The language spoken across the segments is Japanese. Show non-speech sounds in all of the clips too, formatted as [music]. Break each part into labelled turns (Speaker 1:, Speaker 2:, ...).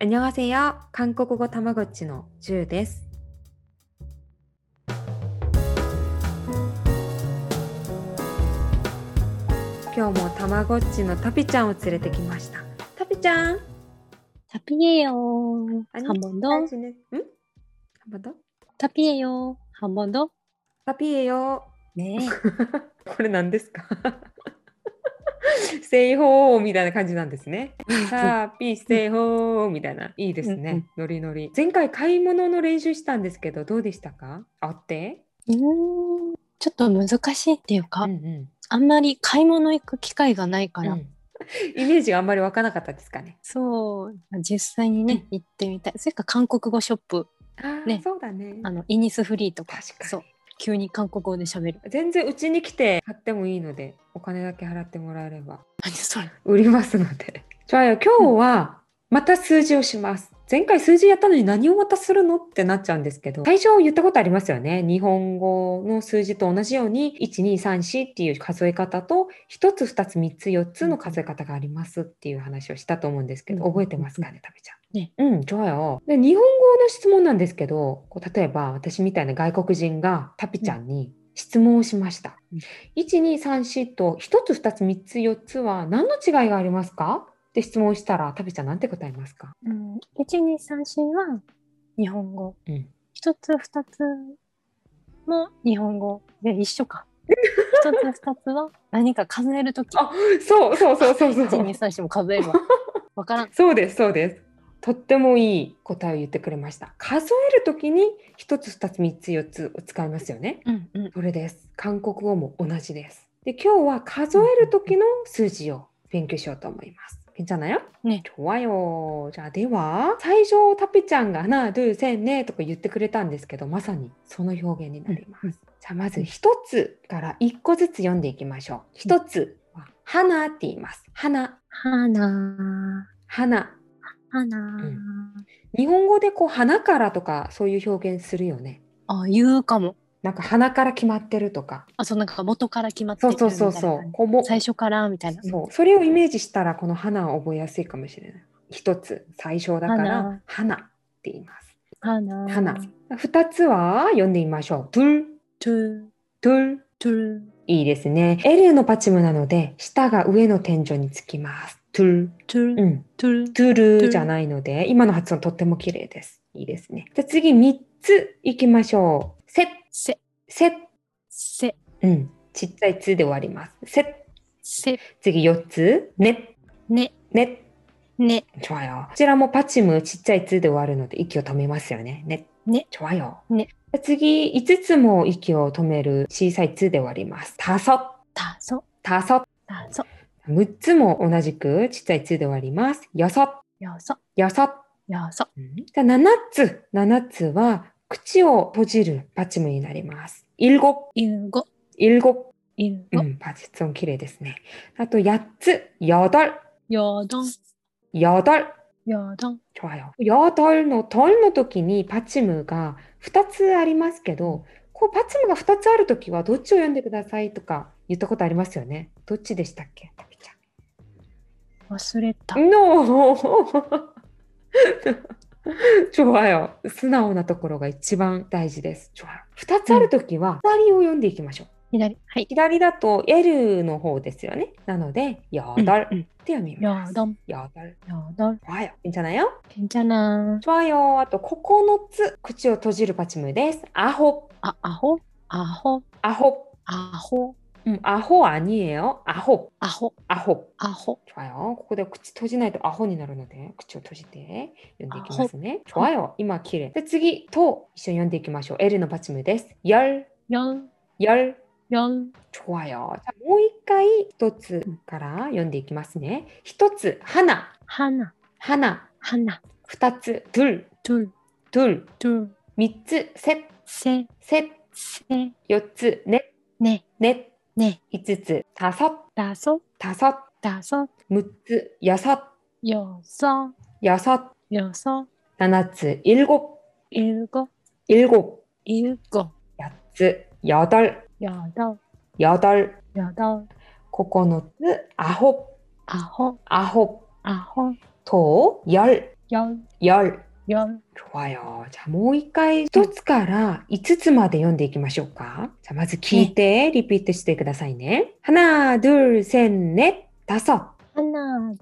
Speaker 1: 안녕하세요韓国語たまごっちのジュウです。今日もたまごっちのタピちゃんを連れてきました。タピちゃん、
Speaker 2: 답이에요.
Speaker 1: 아니,
Speaker 2: 한 번 더.
Speaker 1: 잘 지내? 응? 한번 더?
Speaker 2: 답이에요. 한 번 더.
Speaker 1: タピエよ。
Speaker 2: 네.
Speaker 1: これ何ですか [laughs] ステイホーみたいな感じなんですね。さあ、ピーステイホーみたいな。いいです
Speaker 2: うんう
Speaker 1: ね
Speaker 2: ん。
Speaker 1: ノリノリ。前回買い物の練習したんですけど、どうでしたかあって、
Speaker 2: 음, ちょっと難しいっていうか、
Speaker 1: うんうん
Speaker 2: あんまり買い物行く機会がないから、
Speaker 1: うんイメージがあんまり湧かなかったですかね。
Speaker 2: そう、実際にね、行ってみたい。それか韓国語ショップ、
Speaker 1: ああ、
Speaker 2: ね
Speaker 1: そうだね。
Speaker 2: あの、イニスフリーとか、
Speaker 1: 確かに
Speaker 2: そう、急に韓国語で喋る。
Speaker 1: 全然うちに来て買ってもいいので、お金だけ払ってもらえれば
Speaker 2: 何それ。
Speaker 1: 売りますので。じゃあ今日はまた数字をします。前回数字やったのに何をまたするのってなっちゃうんですけど、最初言ったことありますよね。日本語の数字と同じように、1234っていう数え方と、1つ、2つ、3つ、4つの数え方がありますっていう話をしたと思うんですけど、
Speaker 2: うん
Speaker 1: 覚えてますかね、食べちゃん。
Speaker 2: ね
Speaker 1: うん、좋아요。で、日本語の質問なんですけど、こう例えば私みたいな外国人がタピちゃんに質問をしました。
Speaker 2: うん
Speaker 1: 1234と1つ2つ3つ4つは何の違いがありますかって質問したらタピちゃんなんて答えますか
Speaker 2: うん、1、2、3、4は日本語。
Speaker 1: うん
Speaker 2: 一つ、二つも日本語で一緒か。一つ、二つは何か数えるとき。
Speaker 1: あ [laughs] そうそうそうそうそ
Speaker 2: 1、2、
Speaker 1: う。
Speaker 2: 3、4も数えば。わからん。
Speaker 1: [laughs] そうですそうです。とってもいい答えを言ってくれました。数えるときに1つ2つ3つ4つを使いますよね。
Speaker 2: うんうん。
Speaker 1: それです。韓国語も同じです。で、今日は数える時の数字を勉強しようと思います。괜찮아요
Speaker 2: ね
Speaker 1: 좋아요じゃあ、では、最初、タピちゃんが、な、どうせんね、とか言ってくれたんですけど、まさにその表現になります。
Speaker 2: うんうん
Speaker 1: じゃあ、まず、一つから一個ずつ読んでいきましょう。一つは、花って言います。花、
Speaker 2: 花、
Speaker 1: 花。
Speaker 2: 花。
Speaker 1: 日本語で、こう、花からとか、そういう表現するよね。
Speaker 2: あ、言うかも。
Speaker 1: なんか、花から決まってるとか。
Speaker 2: あ、そう、なんか元から決まって
Speaker 1: そ
Speaker 2: る
Speaker 1: う
Speaker 2: みた
Speaker 1: そ
Speaker 2: いうな
Speaker 1: そうそう。こうも
Speaker 2: 最初からみたいな。
Speaker 1: そうそれをイメージしたらこの花を覚えやすいかもしれない一つ最小だから花って言います
Speaker 2: 花。
Speaker 1: 花二つは読んでみましょうドゥル
Speaker 2: トゥ、
Speaker 1: ドゥル
Speaker 2: トゥ、
Speaker 1: いいですね L のパチムなので下が上の天井につきますドゥ
Speaker 2: ト
Speaker 1: ルう
Speaker 2: ゥ、
Speaker 1: ん
Speaker 2: ト
Speaker 1: ドゥ
Speaker 2: ゥ。ドゥ
Speaker 1: ル
Speaker 2: ル
Speaker 1: じゃないので今の発音とっても綺麗ですいいですねじゃあ次三ついきましょうセッ
Speaker 2: せ、
Speaker 1: セッ
Speaker 2: せ、
Speaker 1: うんちっちゃい「つ」で終わりますセッ
Speaker 2: せ、
Speaker 1: 次四つね
Speaker 2: ね、
Speaker 1: ねっ
Speaker 2: ね、
Speaker 1: 좋아요こちらもパチムちっちゃい「つ」で終わるので息を止めますよね。ね。
Speaker 2: ね。
Speaker 1: 좋아요。
Speaker 2: ね。
Speaker 1: 次、5つも息を止める小さい「つ」で終わります。たそ、
Speaker 2: たそ、
Speaker 1: たそ。
Speaker 2: たそ、
Speaker 1: 6つも同じくちっちゃい「つ」で終わります。よそ、
Speaker 2: よそ、
Speaker 1: よそ。
Speaker 2: よそ。
Speaker 1: じゃあ7つ。7つは口を閉じるパチムになります。7、
Speaker 2: ゆうご、
Speaker 1: 7。
Speaker 2: ゆう
Speaker 1: う
Speaker 2: ご、
Speaker 1: ん、パチ音綺麗ですね。あと8つ。8、
Speaker 2: よどん、
Speaker 1: 8。
Speaker 2: よどん。
Speaker 1: 좋아요. 여덜노 덜노 時に 받침어가 2つありますけど、こう받침어가 2つある時はどっちを読んでくださいとか言ったことありますよね。どっちでしたっけ？タピち
Speaker 2: 忘れた
Speaker 1: ゃ。ん No. [laughs] 좋아요素直なところが一番大事です。좋아요2つある時は左を読んでいきましょう。
Speaker 2: 左。はい。
Speaker 1: 左だと L の方ですよね。なので、よどるって読みま
Speaker 2: よ
Speaker 1: す。
Speaker 2: どん、
Speaker 1: よどる。
Speaker 2: よどん。
Speaker 1: 좋아요いいんじゃないよ。
Speaker 2: けんちゃな。
Speaker 1: 좋아요あと9つ口を閉じるパチムですアホ
Speaker 2: あ、アホ、アホ、
Speaker 1: アホ
Speaker 2: アホ、
Speaker 1: うんアホ아니에요アホ
Speaker 2: アホ、
Speaker 1: アホ
Speaker 2: アホ。
Speaker 1: 좋아요ここで口閉じないとアホになるので口を閉じて読んでいきますね좋아요今綺麗で次と一緒に読んでいきましょう L のパチムです열
Speaker 2: 열
Speaker 1: 열
Speaker 2: 열
Speaker 1: 좋아요じゃあもう一回一つから読んでいきますね一つ花
Speaker 2: 하나
Speaker 1: 花
Speaker 2: 하나
Speaker 1: 二つ둘둘三つ셋 셋
Speaker 2: 둘둘셋셋넷
Speaker 1: 四つね넷
Speaker 2: 네.
Speaker 1: 5つ다섯
Speaker 2: 다섯
Speaker 1: 다섯
Speaker 2: 다섯
Speaker 1: 6つ여섯
Speaker 2: 여섯
Speaker 1: 여섯
Speaker 2: 여섯
Speaker 1: 7つ일곱
Speaker 2: 일곱
Speaker 1: 일곱
Speaker 2: 일곱
Speaker 1: 8つ 여덟
Speaker 2: 여덟
Speaker 1: 여덟
Speaker 2: 여덟
Speaker 1: 9つ 아홉
Speaker 2: 아홉
Speaker 1: 아홉
Speaker 2: 아홉
Speaker 1: 도열
Speaker 2: 열
Speaker 1: 열
Speaker 2: 열
Speaker 1: 좋아요じゃあもう一回一つから五つまで読んでいきましょうか。じゃあまず聞いて、リピートしてくださいね。하나둘셋넷다섯
Speaker 2: 하나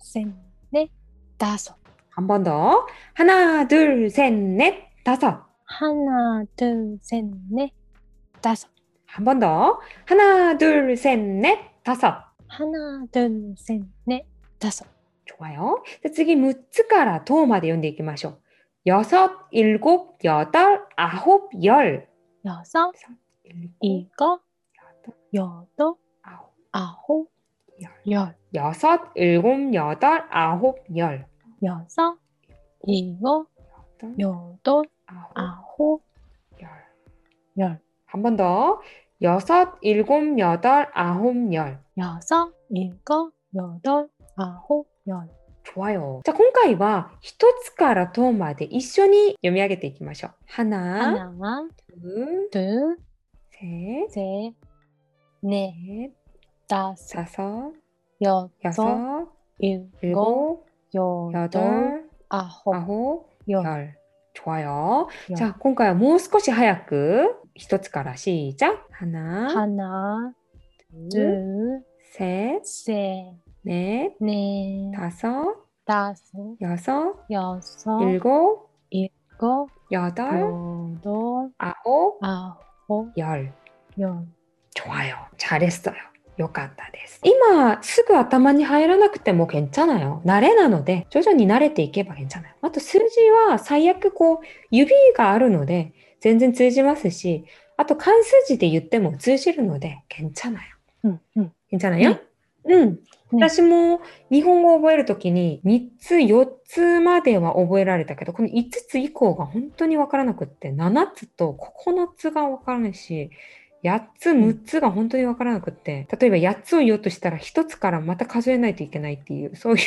Speaker 2: 둘셋넷 다섯
Speaker 1: 한 번 더. 하나 둘 셋 넷 다섯
Speaker 2: 하나 둘셋넷 다섯
Speaker 1: 한 번 더. 하나 둘 셋 넷 다섯
Speaker 2: 하나 둘셋넷 다섯
Speaker 1: 좋아요. 자, 지금 무츠카라 도まで読んでいきましょう。여섯, 일곱, 여덟, 아홉, 열.
Speaker 2: 여섯
Speaker 1: 삼, 일곱,
Speaker 2: 일곱
Speaker 1: 여덟,
Speaker 2: 여덟
Speaker 1: 아홉,
Speaker 2: 아홉
Speaker 1: 열.
Speaker 2: 열
Speaker 1: 여섯, 일곱, 여덟, 아홉, 열.
Speaker 2: 여섯 일곱
Speaker 1: 여덟,
Speaker 2: 여덟
Speaker 1: 아홉,
Speaker 2: 아홉
Speaker 1: 열.
Speaker 2: 열
Speaker 1: 한 번 더. 여섯, 일곱, 여덟, 아홉, 열.
Speaker 2: 여섯 일곱 여덟 아홉 열
Speaker 1: 좋아요. 자, 今回は一つからとまで一緒に読み上げていきましょう。 하나,
Speaker 2: 하나
Speaker 1: 둘, 셋,
Speaker 2: 둘셋넷
Speaker 1: 넷,
Speaker 2: 다섯
Speaker 1: 다섯,
Speaker 2: 여섯
Speaker 1: 여섯,
Speaker 2: 일곱
Speaker 1: 일곱,
Speaker 2: 여덟
Speaker 1: 여덟,
Speaker 2: 아홉
Speaker 1: 아홉,
Speaker 2: 열
Speaker 1: 열. 좋아요.
Speaker 2: 열.
Speaker 1: 자, 그러니까 今回はもう少し早く一つから 시작. 하나,
Speaker 2: 하나
Speaker 1: 둘, 셋,
Speaker 2: 둘셋넷
Speaker 1: 넷, 다섯,
Speaker 2: 다섯
Speaker 1: 여섯,
Speaker 2: 여섯
Speaker 1: 일곱,
Speaker 2: 일곱 어.
Speaker 1: 여덟,
Speaker 2: 여덟
Speaker 1: 아홉,
Speaker 2: 아홉
Speaker 1: 열.
Speaker 2: 열
Speaker 1: 좋아요. 잘했어요. よかったです。今すぐ頭に入らなくても괜찮아요。慣れなので徐々に慣れていけば괜찮아요。あと数字は最悪こう指があるので全然通じるので괜찮아요。
Speaker 2: 응응
Speaker 1: 괜찮아요?
Speaker 2: 네.
Speaker 1: 응.
Speaker 2: 네.
Speaker 1: 私も日本語を覚えるときに3つ、4つまでは覚えられたけど、この5つ以降が本当にわからなくって、7つと9つがわからないし、8つ、6つが本当にわからなくって、例えば8つを言おうとしたら1つからまた数えないといけないっていう、 [laughs] そういう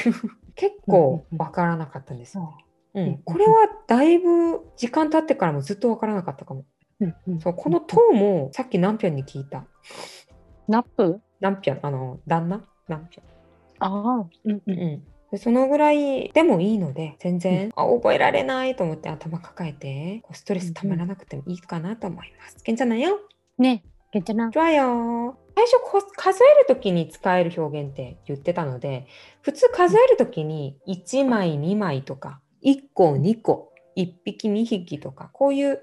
Speaker 1: 結構わからなかったんですよね。
Speaker 2: ん
Speaker 1: うん。これはだいぶ時間経ってからもずっとわからなかったかも。
Speaker 2: 응응
Speaker 1: そう、この塔もさっき何ンに聞いた。
Speaker 2: 나쁘
Speaker 1: 何ンあの、旦那何ン
Speaker 2: 아 응응
Speaker 1: うん、でそのぐらいでもいいので全然、あ覚えられないと思って頭抱えてこうストレスたまらなくてもいいかなと思います。괜찮아요
Speaker 2: 네 괜찮아
Speaker 1: 좋아요最初こう数える時に使える表現って言ってたので普通数える時に1枚2枚とか1個2個1匹2匹とかこういう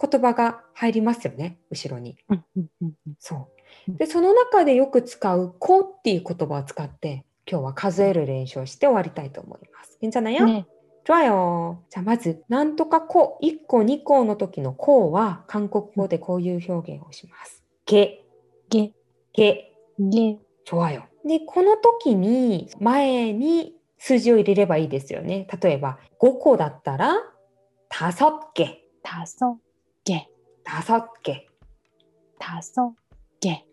Speaker 1: 言葉が入りますよね後ろに。
Speaker 2: 음, 응응응
Speaker 1: そう
Speaker 2: うん。
Speaker 1: でその中でよく使う「子」っていう言葉を使って今日は数える練習をして終わりたいと思います。いいんじゃないよ、
Speaker 2: 네.
Speaker 1: 좋아요じゃあまず「なんとか子」1個2個の時の「子」は韓国語でこういう表現をします。げ、
Speaker 2: 게,
Speaker 1: げ、
Speaker 2: 게,
Speaker 1: 좋아요でこの時に前に数字を入れればいいですよね。例えば5個だったら「たそっけ」
Speaker 2: 다섯 개,
Speaker 1: 「たそっけ」
Speaker 2: 다섯 개.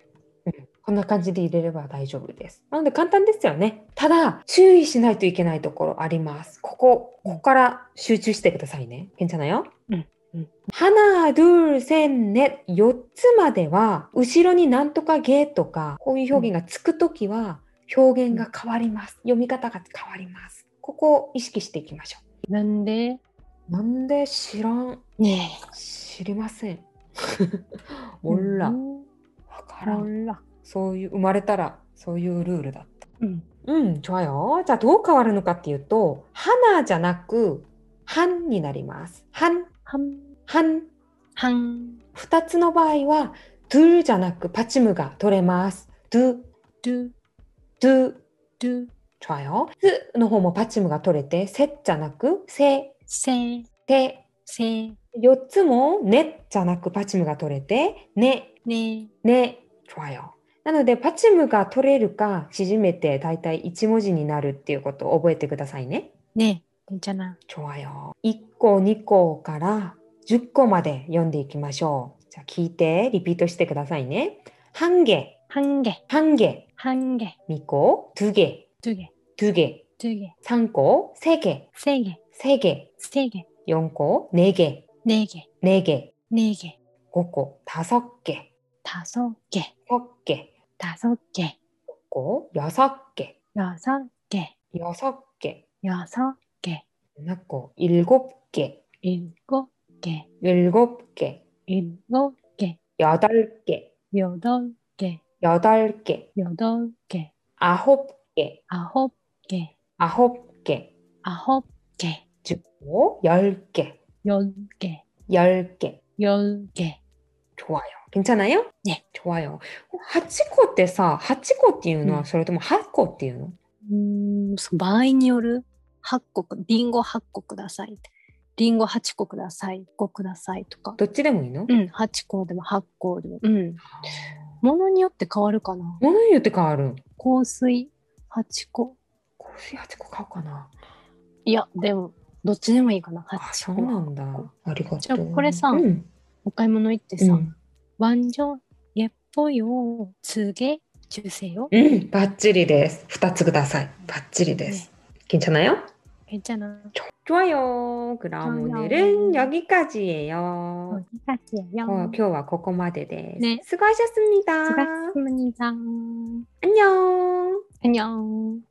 Speaker 1: こんな感じで入れれば大丈夫です。なので簡単ですよね。ただ、注意しないといけないところあります。ここ、ここから集中してくださいね。괜찮아요
Speaker 2: うんうん。
Speaker 1: 花、둘、千、ね、4つまでは、後ろになんとかゲとか、こういう表現がつくときは、表現が変わります。読み方が変わります。ここを意識していきましょ
Speaker 2: 근데
Speaker 1: う。なんで知らん、
Speaker 2: 네.
Speaker 1: 知りま
Speaker 2: [laughs]
Speaker 1: せん。몰라。わ
Speaker 2: 음,
Speaker 1: からん。
Speaker 2: 몰라.
Speaker 1: そういう、生まれたら、そういうルールだった。
Speaker 2: 음.
Speaker 1: うん、좋아요じゃあどう変わるのかっていうと、花じゃなく、半になります。半、
Speaker 2: 함,
Speaker 1: 半。
Speaker 2: 항,
Speaker 1: 二つの場合は、do じゃなくパチムが取れます。do,
Speaker 2: 두,
Speaker 1: do.
Speaker 2: 두,
Speaker 1: 좋아요すの方もパチムが取れて、せじゃなく、せ、
Speaker 2: 세,
Speaker 1: て。
Speaker 2: 세,
Speaker 1: 四つも、ねじゃなくパチムが取れて、ね、
Speaker 2: 네,
Speaker 1: ね、좋아요なので、パチムが取れるか縮めて、だいたい一文字になるっていうことを覚えてくださいね。
Speaker 2: 네. 괜찮아.
Speaker 1: 좋아요. 1고, 2고 から10고 まで読んでいきましょう。じゃあ聞いて、リピートしてくださいね。한 개,
Speaker 2: 한 개,
Speaker 1: 한 개,
Speaker 2: 한 개,
Speaker 1: 2고, 두 개,
Speaker 2: 두 개,
Speaker 1: 두 개,
Speaker 2: 두 개,
Speaker 1: 3고, 세 개,
Speaker 2: 세 개,
Speaker 1: 세 개,
Speaker 2: 세 개,
Speaker 1: 4고, 네 개,
Speaker 2: 네 개,
Speaker 1: 네 개,
Speaker 2: 네 개,
Speaker 1: 5고, 다섯 개,
Speaker 2: 다섯 개,
Speaker 1: 여섯 개,
Speaker 2: 다섯 개,
Speaker 1: 5고, 여섯 개,
Speaker 2: 여섯 개,
Speaker 1: 여섯 개,
Speaker 2: 여섯 개,
Speaker 1: 음, 7코, 일곱 개,
Speaker 2: 일곱 개,
Speaker 1: 일곱 개,
Speaker 2: 일곱 개,
Speaker 1: 여덟 개,
Speaker 2: 여덟 개,
Speaker 1: 여덟 개,
Speaker 2: 여덟 개,
Speaker 1: 아홉 개,
Speaker 2: 아홉 개,
Speaker 1: 아홉 개,
Speaker 2: 아홉 개,
Speaker 1: 오, 열 개,
Speaker 2: 열 개,
Speaker 1: 열 개.
Speaker 2: 열 개.
Speaker 1: 좋아요. 괜찮아요?
Speaker 2: 네.
Speaker 1: 좋아요. 8코ってさ、8個っていうの
Speaker 2: う
Speaker 1: は
Speaker 2: ん
Speaker 1: それとも8個っていうの
Speaker 2: うーん、その場合による八個く、リンゴ八個ください。リンゴ八個ください。五個くださいとか。
Speaker 1: どっちでもいいの
Speaker 2: うん、八個でも八個でも。うん。ものによって変わるかな。
Speaker 1: 物によって変わる。
Speaker 2: 香水八
Speaker 1: 香
Speaker 2: 個。
Speaker 1: 水8個買うかな。
Speaker 2: いや、でも、どっちでもいいかな。
Speaker 1: あ、
Speaker 2: 八
Speaker 1: そ
Speaker 2: 個
Speaker 1: う
Speaker 2: は。
Speaker 1: なんだ。ありがとう。
Speaker 2: じゃあこれさ
Speaker 1: うん。
Speaker 2: お買い物行って
Speaker 1: う
Speaker 2: さ、
Speaker 1: ん
Speaker 2: ワンジョン、예뻐よ、つげ、주세요。
Speaker 1: うん、バッチリです。二つください。バッチリです。괜찮아요
Speaker 2: 괜찮아。
Speaker 1: 좋아요. 그럼
Speaker 2: 좋아요.
Speaker 1: 오늘은 여기까지예요.
Speaker 2: お疲れ様
Speaker 1: 어, 今日はここまでです。
Speaker 2: ね
Speaker 1: 네. 수고하셨습니다.
Speaker 2: 수고하셨습니다.
Speaker 1: 안녕.
Speaker 2: 안녕.